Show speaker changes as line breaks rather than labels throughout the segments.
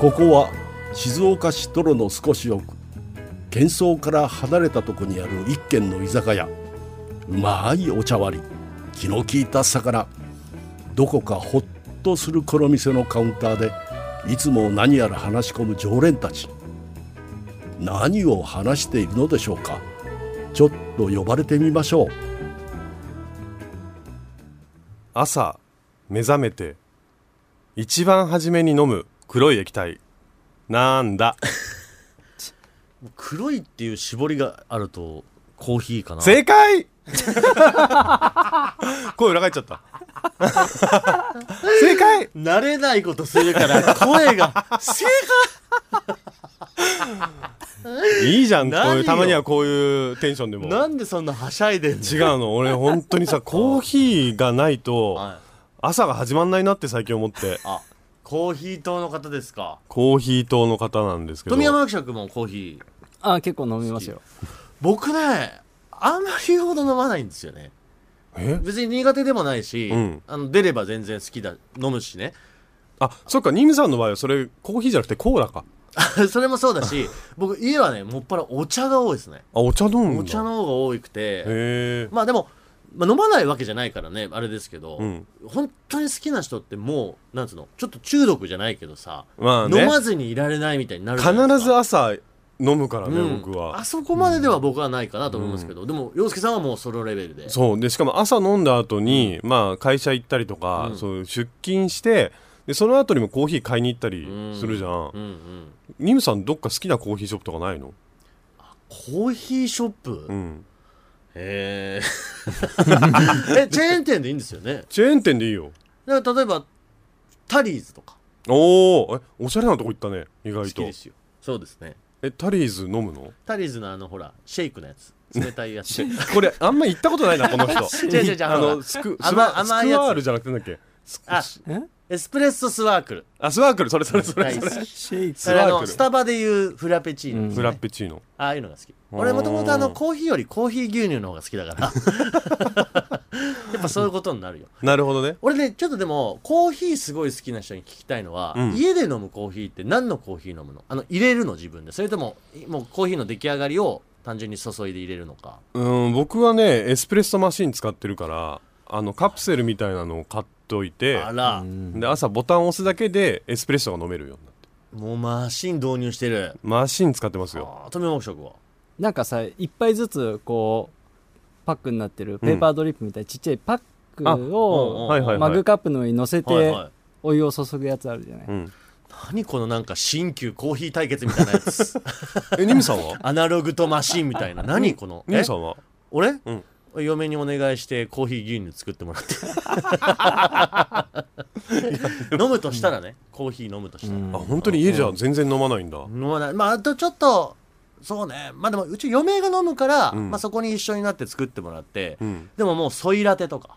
ここは静岡市泥の少し奥喧騒から離れたとこにある一軒の居酒屋うまいお茶割り気の利いた魚どこかほっとするこの店のカウンターでいつも何やら話し込む常連たち何を話しているのでしょうかちょっと呼ばれてみましょう
朝目覚めて一番初めに飲む黒い液体なんだ
黒いっていう絞りがあるとコーヒーかな
正解声裏返っちゃった 正解
慣れないことする から声が正
いいじゃんこう
何
い
よ
うたまにはこういうテンションでも
解なんでそんなはしゃいでんの
違うの俺本当にさコーヒーがないと
はい
朝が始まんないなって最近思って
あコーヒー党の方ですか
コーヒー党の方なんですけど
富山学者君もコーヒー
あ結構飲みますよ
僕ねあんまり言うほど飲まないんですよね
え
別に苦手でもないし、
うん
あの出れば全然好きだ飲むしね
あそっかニムさんの場合はそれコーヒーじゃなくてコーラか
それもそうだし僕家はねもっぱらお茶が多いですね
あお茶飲むんだ
お茶の方が多くて
へえ
まあでも、まあ、飲まないわけじゃないからねあれですけど、
うん
本当に好きな人ってもうなんつうのちょっと中毒じゃないけどさ、
まあね
飲まずにいられないみたいになるじゃ
必
ないです
ず
か
朝飲むからね、
うん
僕は
あそこまででは僕はないかなと思いますけど、でも洋介さんはもうそのレベルで
そうでしかも朝飲んだ後に、まあ会社行ったりとか、そういう出勤してでその後にもコーヒー買いに行ったりするじゃん、
うんうん
ニムさんどっか好きなコーヒーショップとかないの
コーヒーショップ、
うん
へーえチェーン店でいいんですよね
チェーン店でいいよ
だから例えばタリーズとか
おおおしゃれなとこ行ったね意
好
外
き
と
ですよそうですね
えタリーズ飲むの
タリーズのあのほらシェイクのやつ冷た いやつ
これあんま行ったことないなこの人
違う違う違う
あ
ほ
の
ら
スクス
甘
ワス
甘い
ク
やつ
ワールじゃなくてなんだっけス
あ
え
エスプレッソスワークル
あスワークルそれそれそれ
大
そ
好
れ
き
シェイク
ス
それあ
ワーク
の
ル
スタバでいうフラペチーノ、
うん
フラッペチーノ
ああいうのが好き俺もともとあのコーヒーよりコーヒー牛乳の方が好きだから やっぱそういうことになるよ
なるほどね
俺ねちょっとでもコーヒーすごい好きな人に聞きたいのは、
うん
家で飲むコーヒーって何のコーヒー飲むのあの入れるの自分でそれとももうコーヒーの出来上がりを単純に注いで入れるのか
うん僕はねエスプレッソマシン使ってるからあのカプセルみたいなのを買っといて
あら、
で朝ボタンを押すだけでエスプレッソが飲めるようになって
もうマシン導入してる
マシン使ってますよ
あー富山食は
なんかさ一杯ずつこうパックになってるペーパードリップみたいなちっちゃいパッ
あ
クを
はいはいはい
マグカップの上に乗せ
はい
て
はい
お湯を注ぐやつあるじゃない
うん、
何このなんか新旧コーヒー対決みたいなやつ
えニムさん は
アナログとマシンみたいな何この
ニム
え
さんは
俺、
ん
嫁にお願いしてコーヒー牛乳作ってもらって 飲むとしたらねコーヒー飲むとしたら、
あ本当に家じゃ全然飲まないんだ、
飲まないまああとちょっとそうねまあでもうち嫁が飲むから、
ん
まあ、そこに一緒になって作ってもらって、
ん
でももうソイラテとか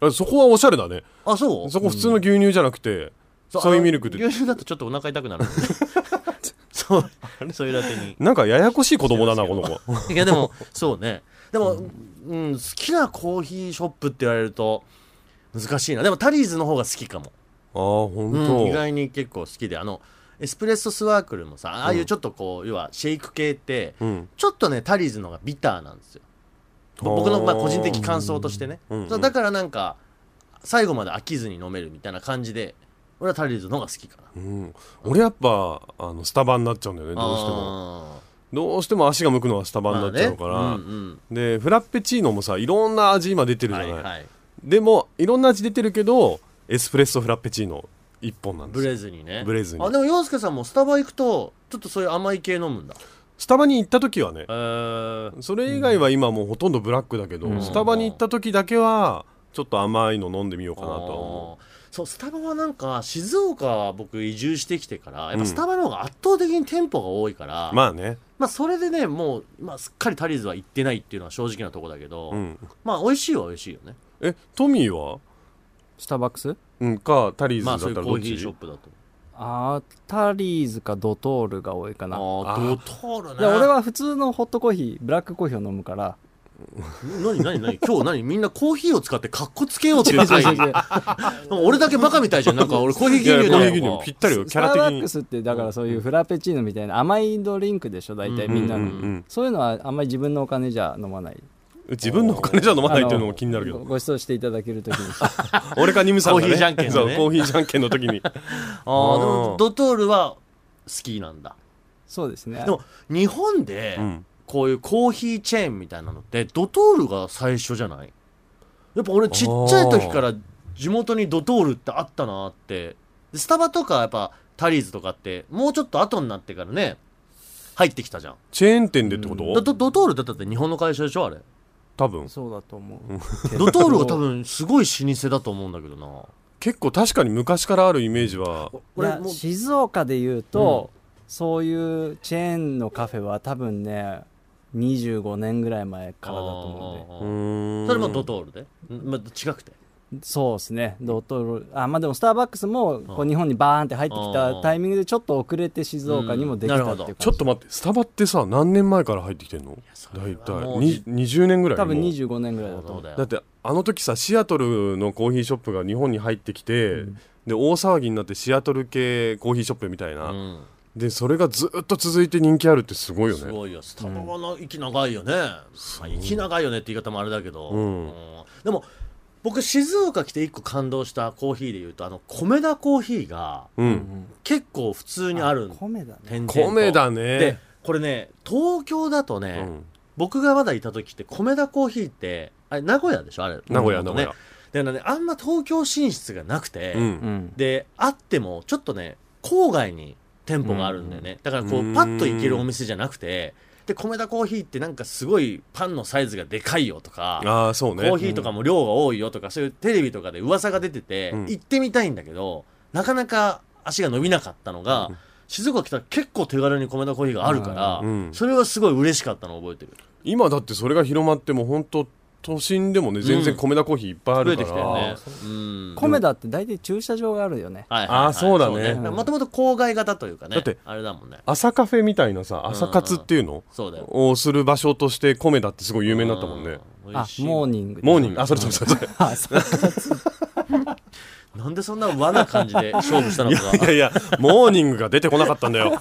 あそこはおしゃれだね
あそう
そこ普通の牛乳じゃなくて、ソイミルク
で
で
牛乳だとちょっとお腹痛くな るそうソイラテに
なんかややこしい子供だなこの子
いやでも そうねでも、うん、好きなコーヒーショップって言われると難しいなでもタリーズの方が好きかも、
ああ本
うん
当、
意外に結構好きであのエスプレッソスワークルもさああいうちょっとこう、要はシェイク系って、
うん
ちょっとねタリーズの方がビターなんですよ
あー
僕のまあ個人的感想としてね、
うんうん
そうだからなんか最後まで飽きずに飲めるみたいな感じで俺はタリーズの方が好きかな
うん、俺やっぱあのスタバになっちゃうんだよねどうしても
あ
どうしても足が向くのはスタ
ー
バになっちゃうから、
まあねうん
でフラッペチーノもさいろんな味今出て
うん
るじゃ
は
ない、
いはい
でもいろんな味出てるけどエスプレッソフラッペチーノ一本なんで
ブ
すよ
レずにね
ブレずに
あでも洋介さんもスタバ行くとちょっとそういう甘い系飲むんだ
スタバに行った時はね
えー、
それ以外は今もうほとんどブラックだけど、
うん
スタバに行った時だけはちょっと甘いの飲んでみようかなとは思
あーそうスタバはなんか静岡僕移住してきてからやっぱスタバの方が圧倒的に店舗が多いから、
う
まあ
まあね
それでねもう、まあ、すっかりタリーズは行ってないっていうのは正直なとこだけど、
うん
まあ美味しいは美味しいよね
えトミーは
スターバックス
うんかタリーズ
ま
だっ
あそうい
た
うコ
らど
ー
っ
ヒーシ
ち、
ョップだと
あータリーズかドトールが多いかな
ああ
あ
ド
ー
トール
で
ね
俺は普通のホットコーヒーブラックコーヒーを飲むから
何何何今日何みんなコーヒーを使ってカッコつけようってい
違う
う
違う
会
違う違う
なんか俺だけバカみたいじゃんなんか俺コーヒー
いや
牛
いや
乳
コー
だよ
ヒー牛乳ぴったりよキ
スタ
ャラ
ーバ
的
ッ
に
クスってだからそういうフラペチーノみたいな甘いドリンクでしょ大体みんな
うんうんう
の
ん
そういうのはあんまり自分のお金じゃ飲まない
自分のお金じゃ飲まないっていうのも気になるけ
あの
ど
ごご馳走していただけるときに
俺かニムさんがね
コーヒーじゃんけんの
そ
ね
うコーヒーじゃんけんの時 に
ああ
うん
でもドトールは好きなんだ
そうですね
でも日本で
うん
こういうコーヒーチェーンみたいなのってドトールが最初じゃないやっぱ俺ちっちゃい時から地元にドトールってあったなってでスタバとかやっぱタリーズとかってもうちょっと後になってからね入ってきたじゃん
チェーン店でってこ
だ
と
ドドトールだって日本の会社でしょあ れ
多分
そうだと思う
ドトールは多分すごい老舗だと思うんだけどな
結構確かに昔からあるイメージは
俺静岡で言うと、そういうチェーンのカフェは多分ね25年ぐらい前からだと思う
うー
あーあーあー
ん
ん
それもドトールで、んまあ、違くて
でそうですねドトールあまあでもスターバックスもこ
う
うん日本にバーンって入ってき
うん
たタイミングでちょっと遅れて静岡にもできたってい
うん
う
なるほど
感じ
ちょっと待ってスタバってさ何年前から入ってきてんの
それは
大
も
体
う
に20年ぐらい
多分
もう
25年ぐらいだと
そ
思
う
う
だよ
だってあの時さシアトルのコーヒーショップが日本に入ってきて、で大騒ぎになってシアトル系コーヒーショップみたいな、
うん
でそれがずっと続いて人気あるってすごいよ
す
ね
ごいよスタバはな息長いよね、まあ、息長いよねって言い方もあれだけど、
うん
でも僕静岡来て一個感動したコーヒーでいうとあの米田コーヒーが
うん
結構普通にあるん
米だね
点々と
米だ
で
ね
これね東京だと
う
ね、
ん、
僕がまだいた時って米田コーヒーってあれ名古屋でしょあれ
名古屋
元
名古屋、
々ねだからねあんま東京進出がなくて、
うん
うん
であってもちょっとね郊外に店舗があるんだよね、だからこ
うん
うパッと行けるお店じゃなくてで米田コーヒーってなんかすごいパンのサイズがでかいよとか、
ああそうね
コーヒーとかも量が多いよとかそういうテレビとかで噂が出てて、
うん
行ってみたいんだけどなかなか足が伸びなかったのが、
うん
静岡来たら結構手軽に米田コーヒーがあるから、
うん
それはすごい嬉しかったのを覚えてる
今だってそれが広まっても本当都心でもね全然米田コーヒーいっぱいあ
増
る
え
か
て
ら、
きたよね
あ、
うん
米だって大体駐車場があるよね
はいはいはい
あーそうだね
もともと郊外型というかね
だって
あれだもんね
朝カフェみたいなさ朝活っていうの、
そうだよ
をする場所として米田ってすごい有名になったもんね、
うん。
あモーニング
モーニングあそれそれそれそれ
あそう
う。なんでそんな和な感じで勝負したのか
いやいや、モーニングが出てこなかったんだよ。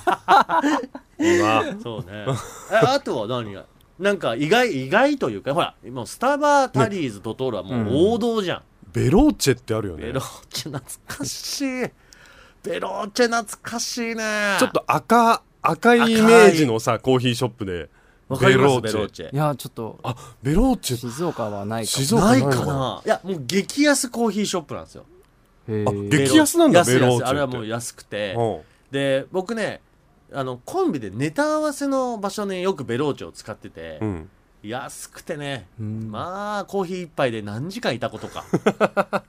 今
そう ね。えあとは何がなんか意外、意外というか、ほら、もうスタバ、タリーズ、ドトールはもう王道じゃん。
ベローチェってあるよね。
ベロ
ち
ーチェ懐かしい。ベローチェ懐かしいね。
ょっと赤、赤いイメージのさ、コーヒーショップで。
わかりますベ
ベ
ロ
ロ
ー
ー
チ
チ
ェ。
いやちょっと
あ、ベローチェ。
静岡はないか
静
も
岡
な
ないいの
かないや、もう激安コーヒーショップなんですよ。
へー
激安なんだ
安い
ベローチェって
安いあれはもう安くて。
うん
で、僕ね、あの、コンビでネタ合わせの場所によくベローチェを使ってて、
うん。
安くてね、
うん
まあコーヒー一杯で何時間いたこと か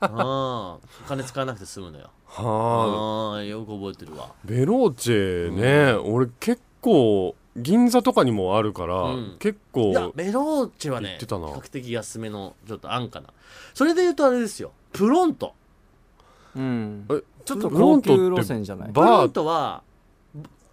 うんお金使わなくて済むのよ
はあ。
うんよく覚えてるわ
ベローチェね、俺結構、銀座とかにもあるから、
うん
結
いや
構、
メローチェは
言
ね
っ
比
てたな
較的安めのちょっと安価なそれで言うとあれですよプロント
うん
え
ちょっと
プロ
高
ントって
級路線じゃない
プ
バー
ロントは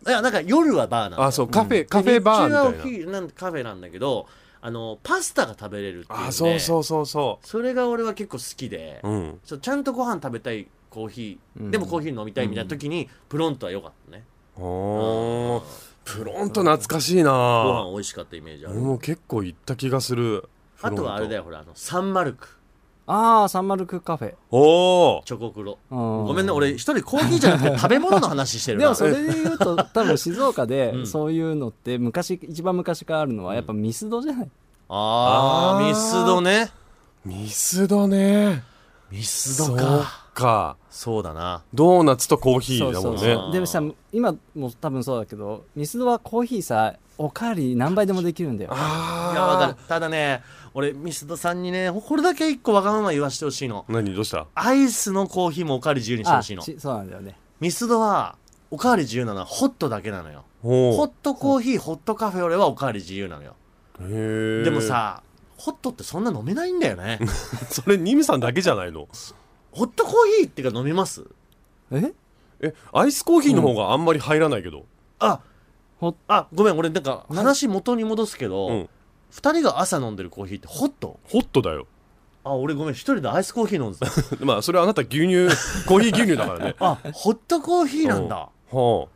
いやなんか夜はバーなんだ
あ、そう、カフェ、カフェバーみたいな。
いななんカフェなんだけどあのパスタが食べれるっていう、ね、
あ、そう
う
そうそうそ
それが俺は結構好きで、
う。うん。
そうちゃんとご飯食べたいコーヒー、
うん
でもコーヒー飲みたいみたいな時に、プロントは良かったね
ああ。プロント懐かしいな
ご飯美味しかったイメージあ
俺
る
も結構行った気がする
あとはあれだ
よ
よほらあのサンマルク
ああサンマルクカフェ
おお
チョコクロ
ご
ごめんね俺一人コーヒーじゃなくて食べ物の話してるな
でもそれで言うと多分静岡
う
で
ん
そういうのって昔一番昔からあるのはやっぱミスドじゃない
あー
あー
ミスドね
ミスドね
ミス
そ
ド
う
か
か
そうだな
ドーナツとコーヒ
そ
ー
う
だ
そ
も
うんそ
ね
うでもさ今も多分そうだけどミスドはコーヒーさおかわり何倍でもできるんだよ
ああ
いやわかるただね俺ミスドさんにねこれだけ一個わがまま言わしてほしいの
何どうした
アイスのコーヒーもおかわり自由にしてほ
あ
しいの
ちそうなんだよね
ミスドはおかわり自由なのはホットだけなのよホ
ほ
ットコーヒーホットカフェ俺はおかわり自由なの
う
よ
へえ
でもさホットってそんな飲めないんだよね
それニムさんだけじゃないの
ホットコーヒーってか飲みます
え
えアイスコーヒーの方があんまり入らないけど
あ
ほ
あごめん俺なんか話元に戻すけど、
うん
2人が朝飲んでるコーヒーってホット
ホットだよ
あ俺ごめん1人でアイスコーヒー飲んでた
まあそれはあなた牛乳コーヒー牛乳だ からね
あホットコーヒーなんだ
は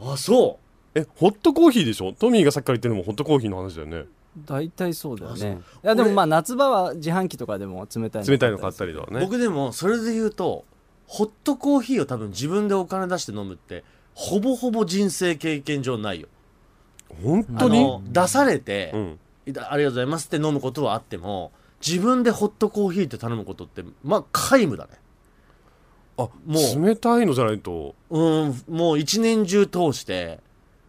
あ
あそ
えホットコーヒーでしょトミーがさっきから言ってるのもホットコーヒーの話だよね
大体そうだよねい
俺
やでもまあ夏場は自販機とかでも冷たい
冷たいの買ったりとか
う、
ね
僕でもそれで言うとホットコーヒーを多分自分でお金出して飲むってほぼほぼ人生経験上ないよ
本
あ
当に
の出されて、
うん
いたありがとうございますって飲むことはあっても自分でホットコーヒーって頼むことってまあ皆無だね
あ
もう
冷たいのじゃないと
うんもう一年中通して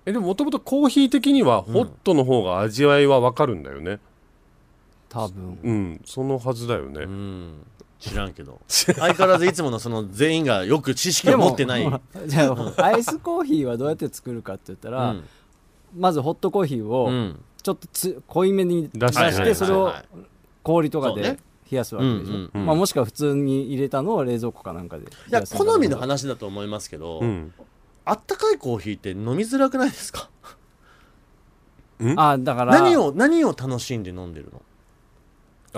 えでももともとコーヒー的にはホットの方が味わいはわかるんだよね
多分
うん、そのはずだよね、
うん知らんけど 相変わらずいつものその全員がよく知識を持ってない、うん、
じゃあアイスコーヒーはどうやって作るかって言ったら、まずホットコーヒー
う
を
ん
ちょっとつ濃いめに
出
出
して
してそれを
はいはいはい
氷とか
そう
で
ね
冷やすわけでしょ、
うん
うんうん
まあ、もしくは普通に入れたのを冷蔵庫かなんかで
いや
冷やすんだろう
好みの話だと思いますけど、
うん、
あったかいコーヒーって飲みづらくないですか
あだから
何を何を楽しんで飲んでるの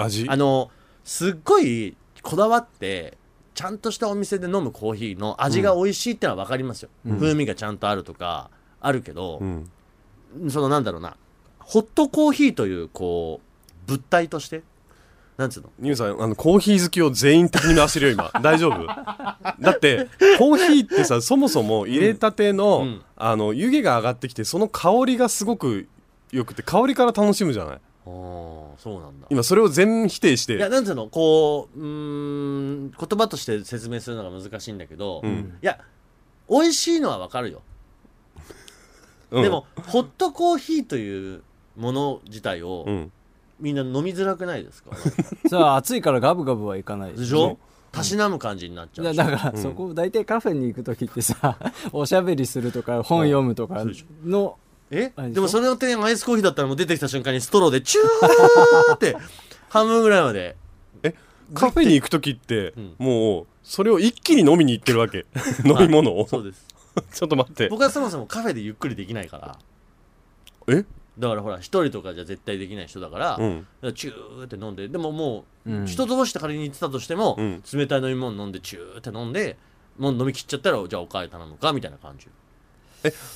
味
あのすっごいこだわってちゃんとしたお店で飲むコーヒーの味が美味しいってのは分かりますよ、
うん
風味がちゃんとあるとかあるけど
う、ん、
そのなんだろうなホットコーヒーというこう物体としてなんつうの
ニューさんあのコーヒー好きを全員的に回してるよ 今大丈夫だってコーヒーってさそもそも入れたての,、
うんうん
あの湯気が上がってきてその香りがすごくよくて香りから楽しむじゃない
ああそうなんだ
今それを全否定し
いや
て
なんつうのこううーん言葉として説明するのが難しいんだけど、
う
い
ん
や美味しいのは分かるよ
うん
でもホットコーヒーというもの自体を、
うん
みんな飲みづらくないですか
それは暑いからガブガブはいかない
でしょたしなむ感じになっちゃう
だ
でしょ
だからそこ大体カフェに行く時ってさ おしゃべりするとか本読むとか
そうでし
の
え
あれでしょ
でもそれの点アイスコーヒーだったらもう出てきた瞬間にストローでチューって半分ぐらいまで
カフェに行く時って、
うん
もうそれを一気に飲みに行ってるわけ 飲み物をち
そ
ょ
うです
っと待って
僕はそもそもカフェでゆっくりできないから
え
だからほら一人とかじゃ絶対できない人だから,、
う
だか
ん
らチューって飲んででももう、
うん
人同士で仮に行ってたとしても、
うん
冷たい飲み物飲んでチューって飲んでもう飲み切っちゃったらじゃあおかわり頼むかみたいな感じ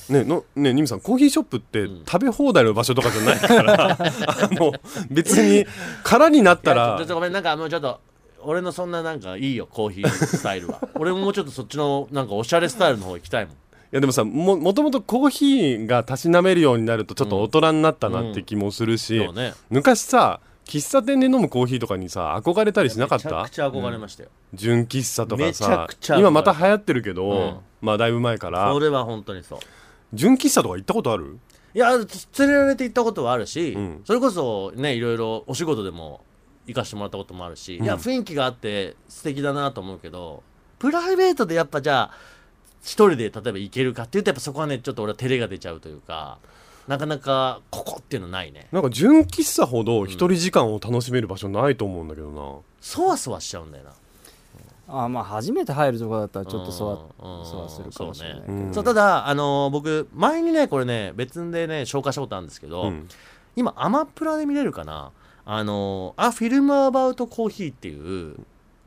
ねのねニムさんコーヒーショップって
うん
食べ放題の場所とかじゃないから あの別に空になった
いやちょ
ら
っとごめんなんかもうちょっと俺のそんななんかいいよコーヒースタイル は俺ももうちょっとそっちのなんかおしゃれスタイルの方行きたいもん
いやでもさももともとコーヒーがたしなめるようになるとちょっと大人になったなって気もするし、
そうね
昔さ喫茶店で飲むコーヒーとかにさ憧れたりしなかっ
めちゃ
た
くちゃ憧れましたよ、
純喫茶とか
めちゃ
さ
くちゃ憧れ
今また流行ってるけど、まあだいぶ前から
それは本当にそう
純喫茶とか行ったことある
いや連れられて行ったことはあるし、
うん
それこそねいろいろお仕事でも行かしてもらったこともあるし、いや雰囲気があって素敵だなと思うけどプライベートでやっぱじゃあ一人で例えば行けるかっていうとやっぱそこはねちょっと俺は照れが出ちゃうというかなかなかここっていうのないね
なんか純喫茶ほど一人時間を楽しめる場所ないと思うんだけどな、
そわそわしちゃうんだよな
あまあ初めて入るとこだったらちょっとそわ
うん
そわするかもしれないけ
う
ど、
ん
そうただ、あのー僕前にねこれね別でね紹介したことあるんですけど、
うん
今アマプラで見れるかなあのーあフィルムアバウトコーヒーっていう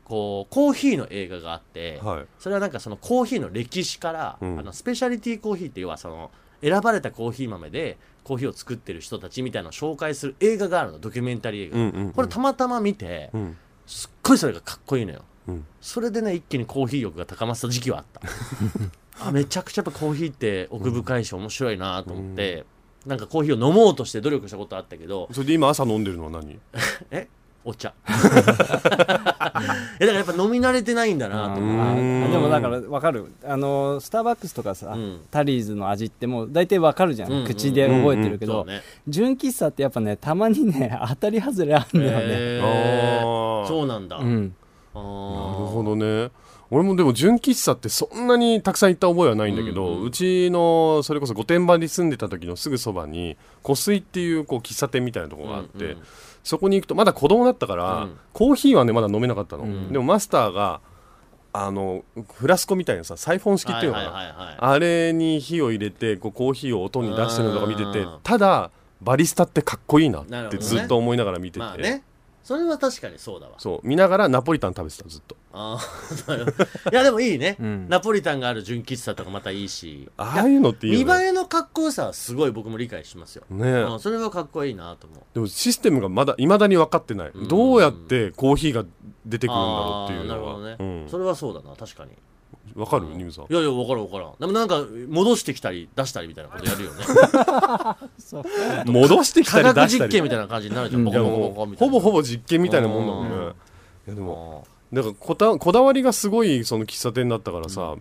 こうコーヒーの映画があって、
はい
それはなんかそのコーヒーの歴史から、
うん
あのスペシャリティコーヒーっていうのはその選ばれたコーヒー豆でコーヒーを作ってる人たちみたいなのを紹介する映画があるのドキュメンタリー映画、
うんうんうん
これたまたま見て、
うん
すっごいそれがかっこいいのよ
うん
それでね一気にコーヒー欲が高まった時期は あったあめちゃくちゃやっぱコーヒーって奥深いし面白いなと思って、なんかコーヒーを飲もうとして努力したことあったけど
それで今朝飲んでるのは何
えお茶 いやだからやっぱ飲み慣れてないんだなと
あ
思
ん
ーでもだから分かるあのスターバックスとかさ、
うん
タリーズの味ってもう大体分かるじゃん、
うんうん
口で覚えてる
う
けど、
そうね
純喫茶ってやっぱねたまにね当たり外れあ るんだよね、
へー
あー
そうなんだ、
うん、
あ
なる
ー
ほどね俺もでも純喫茶ってそんなにたくさん行った覚えはないんだけど、
う
うん
うん
ちのそれこそ御殿場に住んでた時のすぐそばに湖水っていうこう喫茶店みたいなところがあって、
うんうん
そこに行くとまだ子供だったから、
うん
コーヒーはねまだ飲めなかったの、
うん
でもマスターがあのフラスコみたいなさサイフォン式っていうのかな、
はいはいはいはい
あれに火を入れてこうコーヒーを音に出してるのとか見て
う
て
ん
ただバリスタってかっこいいな
な
っ
るほ
て
どね
ずっと思いながら見てて、
まあねそれは確かにそうだわ
そう見ながらナポリタン食べてたずっと
ああなるほど いやでもいいね、
うん
ナポリタンがある純喫茶とかまたいいし
ああいうのっていい
見
よね
栄えのかっこよさはすごい僕も理解しますよ、
ね
うんそれはかっこいいなと思う
でもシステムがまだいまだに分かってない、
うん
どうやってコーヒーが出てくるんだろうっていうの
あー
は
なるほ
う
どね、
ん
それはそうだな確かに
分かるニムさん
いやいや分からん分からんでもなんか戻してきたり出したりみたいなことやるよね
そう
戻してきた
科
り
学
出した
実
り
験みたいな感じになるじゃん、
う
ボ
ん
い
コ
や
ボコボ
も
コ
う
みたい
ほ
な
ぼほぼ実験みたいなもんだもんね
うん
いやでも
ぼ
なんかこだこだわりがすごいその喫茶店だったからさ、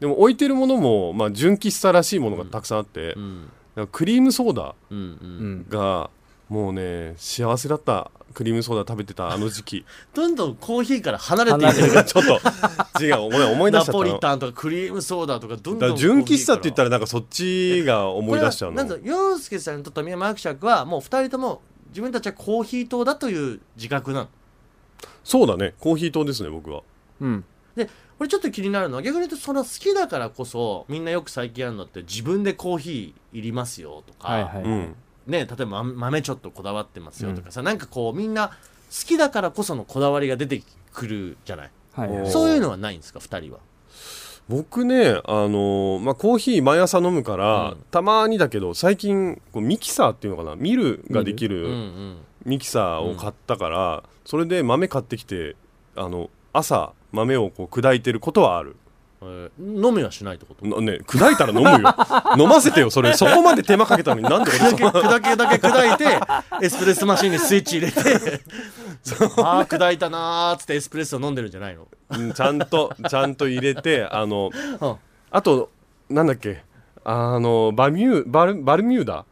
でも置いてるものも、まあ、純喫茶らしいものがたくさんあって、
うん
なんかクリームソーダ
うんう
うんん
がもうね幸せだったクリームソーダ食べてたあの時期
どんどんコーヒーから離れていってる
ちょっと違うごめん思い出し
ナ
ちゃった
ポ
の
リタンとかクリームソーダとかどん
だか
ど
ら
ん
純喫茶って言った
ら
らなんかそっちが思い出しちゃうの
なんと洋介さんにとって宮マークシャクはもう二人とも自分たちはコーヒー党だという自覚なの
そうだねコーヒー糖ですね僕は
うん
これちょっと気になるのは逆に言うとその好きだからこそみんなよく最近やるのって自分でコーヒーいりますよとか、
はいはい、
うん
ね、例えばま豆ちょっとこだわってますよとかさ、なんかこうみんな好きだからこそのこだわりが出てくるじゃない
はい
お
はい
ー
そういうのはないんですか2人は
僕ねあのーまあコーヒー毎朝飲むから、
うん
たまにだけど最近こうミキサーっていうのかなミルができ
う
る、
ん
ミキサーを買ったから、それで豆買ってきてあの朝豆をこう砕いてることはある
うん、えー飲みはしないってこと
なね砕いたら飲 むよ飲ませてよそれそこまで手間かけたのになんで
砕
俺
け砕けだけ砕いてエスプレッソマシンにスイッチ入れて ああ砕いたなーっつってエスプレッソ飲んでるんじゃないの
うんちゃんとちゃんと入れてあの
うん
あとなんだっけあのバミューバルバルミューダ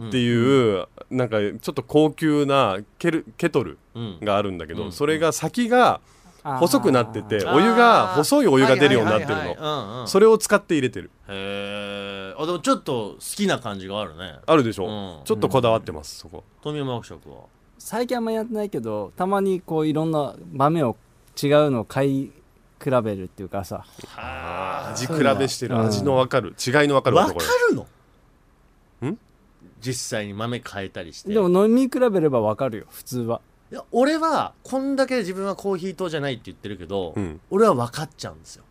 っていう、なんかちょっと高級なケルケトル
うん
があるんだけど、
うん
それが先が
あー
細くなっててお湯が細いお湯が出るようになってる
はいはいはい
の
はいうんうん
それを使って入れてる
へえあでもちょっと好きな感じがあるね
あるでしょ、
うん
ちょっとこだわってますそこ
富山伯爵は
最近あんまやってないけどたまにこういろんな豆を違うのを買い比べるっていうかさ
味比べしてる
うん
味の分かる違いの分かる
分
男
か
これ
るの
ん
実際に豆変えたりして
でも飲み比べればわかるよ普通はい
や俺はこんだけ自分はコーヒー党じゃないって言ってるけど、
うん
俺は分かっちゃうんですよ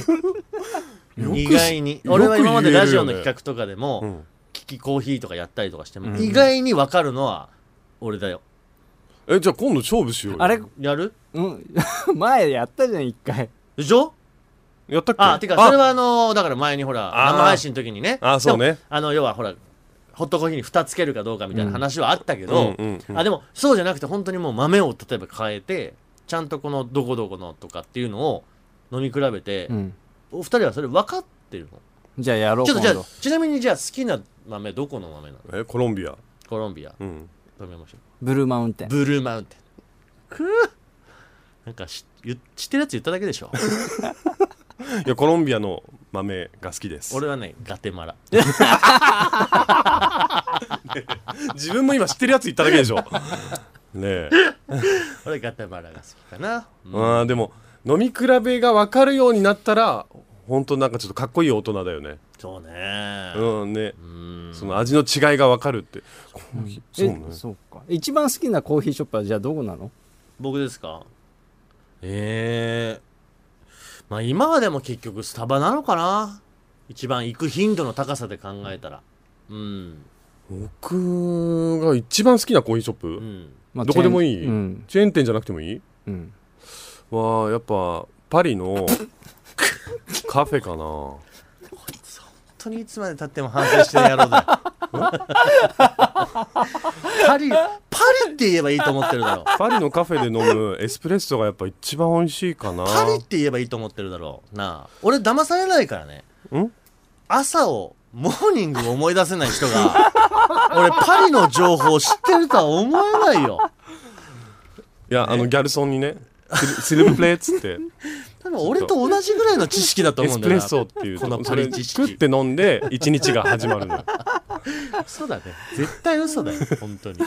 よく
意外に
よく
俺は今まで
言え
ラ
る
ジオ
よね
の企画とかでも、
うん
キキコーヒーとかやったりとかしても、
うん
意外に分かるのは俺だよ
えじゃあ今度勝負しようよ
あれ
やる
うん 前やったじゃん一回
でしょ
やったっけ
あてかそれはあのーだから前にほら
あー
生配信の時にね
あそうね
でもあの要はほらホットコーヒーに蓋つけるかどうかみたいな話はあったけ
うん
ど、
うんうん
あでもそうじゃなくて本当にもう豆を例えば変えてちゃんとこのどこどこのとかっていうのを飲み比べて、
うん
お二人はそれ分かってるの
じゃあやろう
ちょっとじゃ
今
あちなみにじゃあ好きな豆どこの豆なの
えコロンビア
コロンビア
うん
飲みましょう
ブルーマウンテン
ブルーマウンテンくぅなんかし言知ってるやつ言っただけで しょ
いやコロンビアの豆が好きです
俺はねガテマラ
自分も今知ってるやつ言っただけでし ょねえ
俺ガテマラが好きかな、うん
あーでも飲み比べが分かるようになったら本当なんかちょっとかっこいい大人だよね
そうね
うんね
うん
その味の違いが分かるってコーヒー
えそうか一番好きなコーヒーショップはじゃあどこなの
僕ですかええまあ今はでも結局スタバなのかな一番行く頻度の高さで考えたらうん
僕が一番好きなコーヒーショップ、
うん
まあ
どこでもいい、
チェーン
チェーン店じゃなくてもいい
うんうん
はやっぱパリ のカフェかな
本当にいつまでたっても反省してる野郎だよ パリパリって言えばいいと思ってるだろう
パリのカフェで飲むエスプレッソがやっぱ一番美味しいかな
パリって言えばいいと思ってるだろうなあ俺騙されないからね
ん
朝をモーニングを思い出せない人が俺パリの情報を知ってるとは思えないよ
いや、あのギャルソンにねスルブプレーっつ って
多分俺と同じぐらいの知識だと
エ
思
ス
うん
プ
だ
レ
よ
ッ
な
ソっていう
この
そ
パ
れ
リ知識
作って飲んで一日が始まるの よ
嘘だね絶対嘘だよ本当にい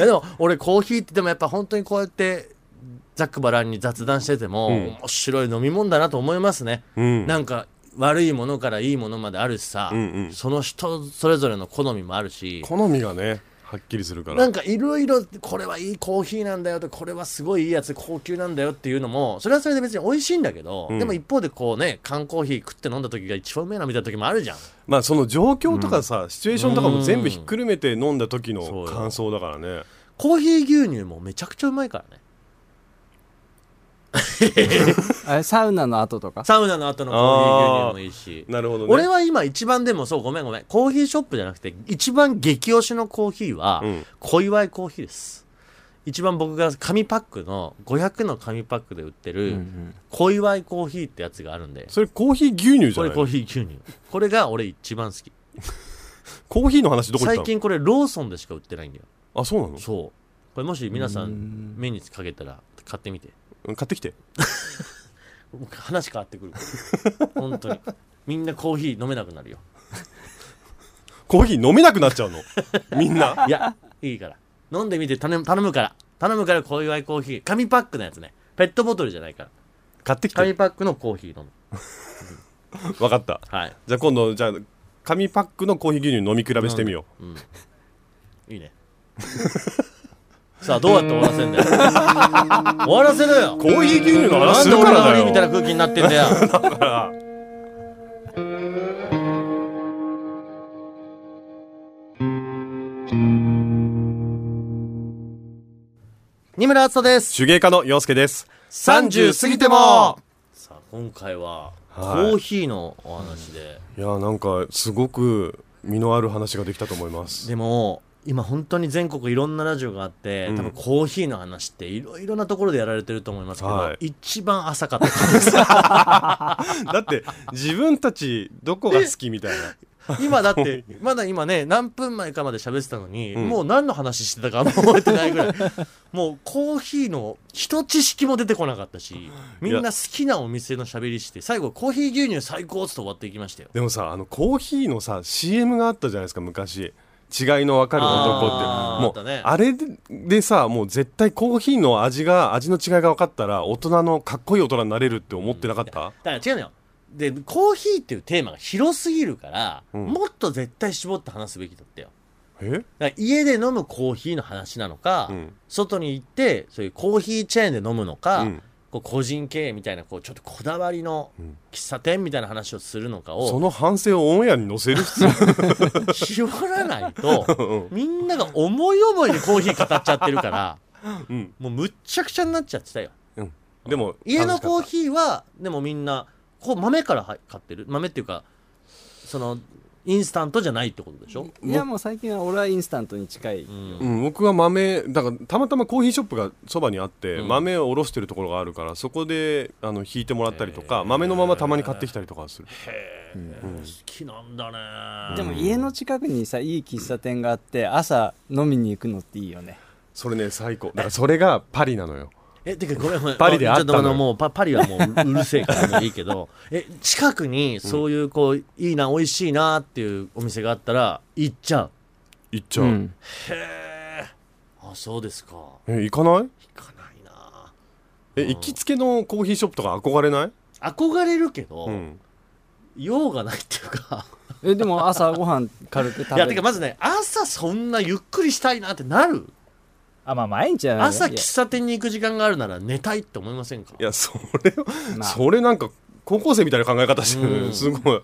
やでも俺コーヒーってでもやっぱ本当にこうやってざっくばらんに雑談してても、
うん
面白い飲み物だなと思いますね、
うん
なんか悪いものからいいものまであるしさ、
うんうん
その人それぞれの好みもあるし
好みがねはっきりするから
なんかいろいろこれはいいコーヒーなんだよとこれはすごいいいやつ高級なんだよっていうのもそれはそれで別に美味しいんだけど、
うん
でも一方でこうね缶コーヒー食って飲んだ時が一番うめえなみたいな時もあるじゃん
まあその状況とかさ、シチュエーションとかも全部ひっくるめて飲んだ時の感想だからね
コーヒー牛乳もめちゃくちゃうまいからね
あれサウナの後とか
サウナの後のコーヒー牛乳もいいし
なるほどね
俺は今一番でもそうごめんごめんコーヒーショップじゃなくて一番激推しのコーヒーは、
うん
小祝コーヒーです一番僕が紙パックの500の紙パックで売ってる小祝コーヒーってやつがあるんで、
それコーヒー牛乳じ
こ
ゃ
れ
ない
コー
コ
ヒー牛乳これが俺一番好き
ーヒーの話どこ行った
最
の
近これローソンでしか売ってないんだよ
あそうなの
そうこれもし皆さ
うんん
目にかけたら買ってみて
うん買ってきて
もう話変わってくる から本当にみんなコーヒー飲めなくなるよ
コーヒー飲めなくなっちゃうのみんない
やいいから飲んでみて頼む頼むから頼むから小祝コーヒー紙パックのやつねペットボトルじゃないから
買ってき
紙
て
パックのコーヒー飲む
分かった
はい、
じゃあ今度じゃあ紙パックのコーヒー牛乳飲み比べしてみよ
うん、いいねさあどうやって終わらせんだ よ終わらせろよ
うコーヒー牛乳の話
な
す
んで
る
俺
から
が
だ
悪い
よ
みたいな空気になってんだ
だ
よ
から
二村敦人です
手芸家の洋介です
30過ぎてもさあ今回はコ
はい
ーヒーのお話で、
いやなんかすごく身のある話ができたと思います
でも今本当に全国いろんなラジオがあって、
うん
多分コーヒーの話っていろいろなところでやられてると思いますけど、
はい
一番浅かったです
だって自分たちどこが好きみたい な
今だってまだ今ね何分前かまで喋ってたのに、
うん
もう何の話してたかあんま覚えてないぐらいもうコーヒーの一知識も出てこなかっ たしみんな好きなお店の喋りして最後コーヒー牛乳最高っつって終わっていきましたよ
でもさあのコーヒーのさ CM があったじゃないですか昔違いの分かる
あ
男
ーあ
っ
ってた
もう
ね
あれででさもう絶対コーヒーの味が味の違いが分かったら大人のかっこいい大人になれるって思ってなかった、
だから違うのよでコーヒーっていうテーマが広すぎるから、
うん
もっと絶対絞って話すべきだったよ
え
だから家で飲むコーヒーの話なのか、
うん
外に行ってそういうコーヒーチェーンで飲むのか、
うん
こう個人経営みたいなこうちょっとこだわりの
うん
喫茶店みたいな話をするのか
そ
を
の反省をオンエアに載せる必要
絞らないと
うん
みんなが思い思いでコーヒー語っちゃってるから
うん
もうむっちゃくちゃになっちゃってたよ
でも
家のコー
ー
ヒーはでもみんなこう豆からは買ってる豆っていうかそのインスタントじゃないってことでしょ
いやもう最近は俺はインスタントに近い、
うん、僕は豆だからたまたまコーヒーショップがそばにあって、
うん
豆を卸してるところがあるからそこであの引いてもらったりとか豆のままたまに買ってきたりとかする
好きなんだね
でも家の近くにさいい喫茶店があって朝飲みに行くのっていいよね
それね最高だからそれがパリなのよ
えてかごめんごめん
パリであったのよ
ちょとあもうパパリはもううるせえから もういいけどえ近くにそういうこういいな美味しいなっていうお店があったら行っちゃう
行っちゃう、
ん、
あそうですか行
え行かない
かないな
え行きつけのコーヒーショップとか憧れない、
憧れるけど、
うん、
用がないっていうか
えでも朝ご飯軽く食べる
いやてかまずね朝そんなゆっくりしたいなってなる
あまあ毎日はない
朝
いや
喫茶店に行く時間があるなら寝たいって思いませんか
いやそれ、
まあ
それなんか高校生みたいな考え方してる、
うん
すごい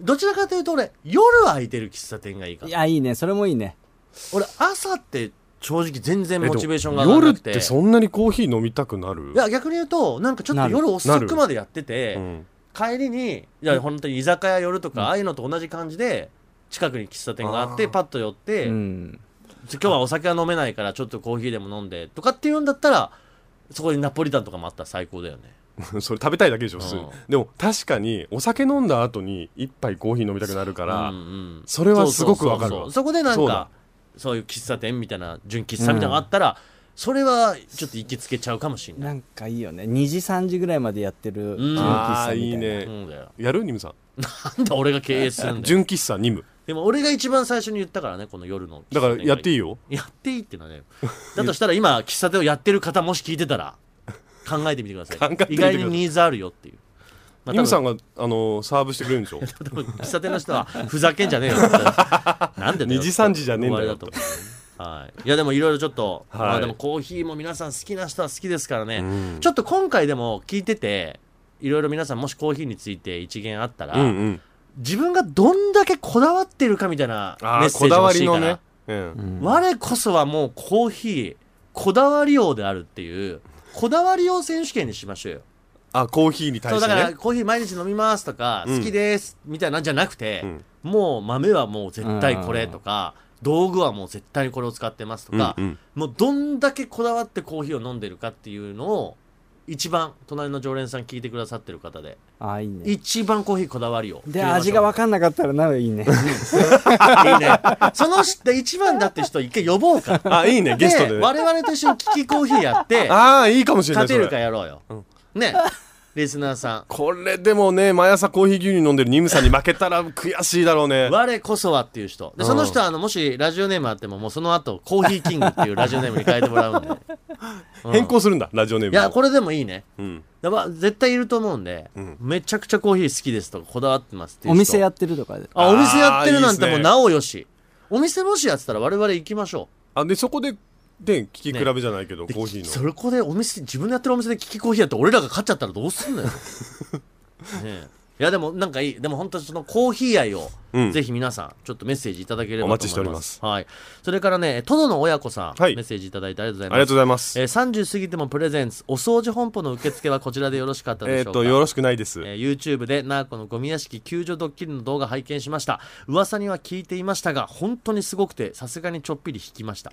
どちらかというと俺夜空いてる喫茶店がいいか
い
ら
やいいねそれもいいね
俺朝って正直全然
え
モチベーションが
でも
上がら
夜
な
っ
くて
てそんなにコーヒー飲みたくなる
いや逆に言うとなんかちょっ
な
と
る
夜遅くまでやって
う
て
ん、
帰りにいや本当に居酒屋寄るとか、ああいうのと同じ感じで近くに喫茶店があって
あー
パッと寄って、
うん
今日はお酒は飲めないからちょっとコーヒーでも飲んでとかっていうんだったらそこにナポリタンとかもあったら最高だよね
それ食べたいだけでしょ普通に、
うん
でも確かにお酒飲んだ後に一杯コーヒー飲みたくなるから、
うんうん
それはすごくわかる
そうそうそう
わ
そこでなん
そう
か
だ
そういう喫茶店みたいな純喫茶みたいなのがあったら、それはちょっと行きつけちゃうかもしれない、
なんかいいよね2時3時ぐらいまでやってる純喫
あ
茶
ーい
みたいな
いね、
うんだよ
やるニムさん
なんだ俺が経営するんだよ
純喫茶ニム
でも俺が一番最初に言ったからねこの夜の
だからやっていい
い
よ
やっていいってのはねだとしたら今喫茶店をやってる方もし聞いてたら考えてみてください
考えてみてください
意外にニーズあるよっていうまあ
イムさ
多
んがあのサーブしてくれるん でしょ
分多分喫茶店の人はふざけんじゃねえよってなんでだよ
二次三次じゃねえんだよ
終わりだと思うはい、いやでもいろいろちょっと、
はい
まあ、でもコーヒーも皆さん好きな人は好きですからね、
うん
ちょっと今回でも聞いてていろいろ皆さんもしコーヒーについて一言あったら、
うんうん
自分がどんだけこだわってるかみたいなメ
あ
ッ
あ
セ
こ
ージ
だわ
欲し
り
いか
の
ら、
ね、うん、
我こそはもうコーヒーこだわり王であるっていうこだわり王選手権にしましょうよ、
あコーヒーに
そ
対
う
して
だから
ね
コーヒー毎日飲みますとか、
うん
好きですみたいなんじゃなくて、
うん
もう豆はもう絶対これとか、道具はもう絶対にこれを使ってますとか、
うんうん
もうどんだけこだわってコーヒーを飲んでるかっていうのを一番隣の常連さん聞いてくださってる方で
ああいいね
一番コーヒーこだわりを決
で
めまし
味
ょう
が分かんなかったらなおいい
い
ね
いね。その人、一番だって人一回呼ぼうか。
あいいねゲストで、
で
ね、
我々と一緒に聞きコーヒーやって、
ああいいかもしれない
勝
そ
て
れ
るかやろうよ。ね。リスナーさ
これでもね毎朝コーヒー牛乳飲んでるニムさんに負けたら悔しいだろうね
ん。我こそはっていう人。で、その人は、あの、もしラジオネームあっても、もうその後、コーヒーキングっていうラジオネームに変えてもらうん で。うん
変更するんだラジオネー
い
ムを
や、これでもいいね。
うん
やば絶対いると思うんで、
ん
めちゃくちゃコーヒー好きですとか、こだわってますっていう人。
お店やってるとかで
あ、お店やってるなんて
あーいいっ
も
すね
うなおよし。お店もしやってたら我々行きましょ
あでそこでね聞き比べじゃないけど、
う。で
コーヒーの
それこでお店、自分のやってるお店でキキコーヒーやって俺らが勝っちゃったらどうすん のよ。ねえいやでもなんかいい、でも本当にそのコーヒー愛を、
うん
ぜひ皆さん、ちょっとメッセージいただければと思います。
お待ちしております。
はい。それからね、トドの親子さん、
はい
メッセージいただいてありがとうござい
あ
ま
り
す。
がとうございます。え
えー30過ぎてもプレゼンツ、お掃除本舗の受付はこちらでよろしかったでし
ー
ょ
っ
うか。
と、よろしくないです。
えー YouTube でナーコのゴミ屋敷救助ドッキリの動画拝見しました噂には聞いていましたが本当にすごくてさすがにちょっぴり引き ました、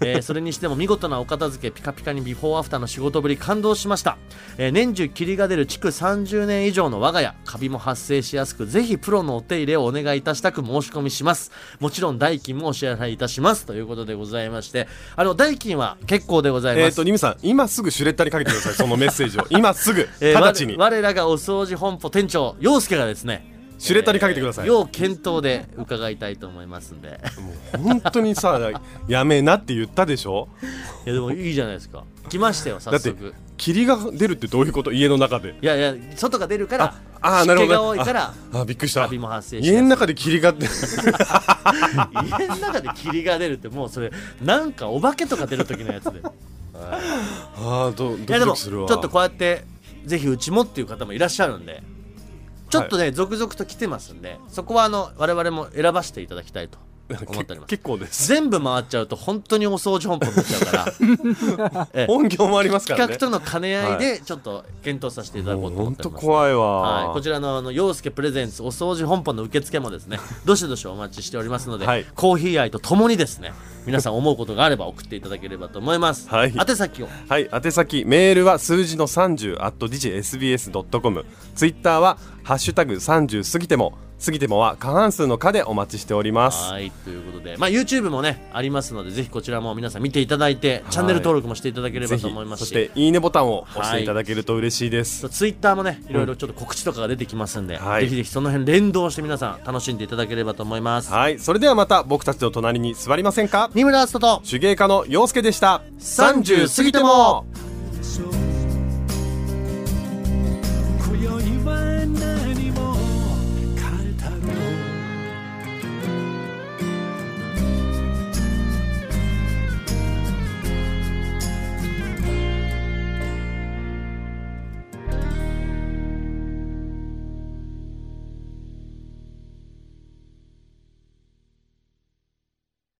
えーそれにしても見事なお片付けピカピカにビフォーアフターの仕事ぶり感動しました、えー年中霧が出る築30年以上の我が家カビも発生しやすくぜひプロのお手入れをお願いいたしたく申し込みしますもちろん代金もお支払いいたしますということでございましてあの代金は結構でござい
え
ま
ーっ
す
と、ニムさん、今すぐシュレッダーにかけてください、そのメッセー ジを。今すぐ、
えー
直ちに
我、我らがお掃除本舗店長陽介がですね
シュレッダーにかけてください。
要検討で伺いたいと思います んで
本当にさ、やめなって言ったでしょ
いやでもいいじゃないですか来ましたよ早
だって
速、
霧が出るってどういうこと家の中で。
いやいや外が出るから
ああ、なるほ
湿気が多
ど
い
ね、
から
ああ、びっくりし
カ
た
ビ。も発生し
家の
やすい
中で霧が出る。
家の中で霧が出るってもうそれなんかお化けとか出る時のやつ でい
ああ、ど、ドキ
やで
ド
も
キす
ち
る
ょ
わ。
っとこうやってぜひうちもっていう方もいらっしゃるんでちょっとね、続々と来てますんでそこはあの我々も選ばせていただきたいと思っております
結構です。
全部回っちゃうと本当にお掃除本舗になっちゃうか ら
本業もありますから
企
ね
画。との兼ね合いでちょっと検討させていただこうと思っ
本
てお
当
ります、
怖い
はい、
わ
こ。ちらのあの陽介プレゼンツお掃除本舗の受付もですね どしどしお待ちしておりますので、
はい
コーヒー愛とともにですね皆さん思うことがあれば送っていただければと思います、
はい
宛先を
はい、宛先メールは数字の30 at digisbs.com ツイッターは「ハッシュタグ #30 過ぎても」過ぎてもは過半数の「か」でお待ちしております
はいということで、まあ、YouTube もねありますのでぜひこちらも皆さん見ていただいてチャンネル登録もしていただけれ
ぜ
ばと
ひ
思いま
そ
す
し
して
「いいね」ボタンを押していただけると嬉しいです、
ツイッターもねいろいろちょっと告知とかが出てきますんで、
はい
ぜひぜひその辺連動して皆さん楽しんでいただければと思います、
はい、それではまた僕たちの隣に座りませんか
三村敦人と
手芸家の陽介でした
30過ぎても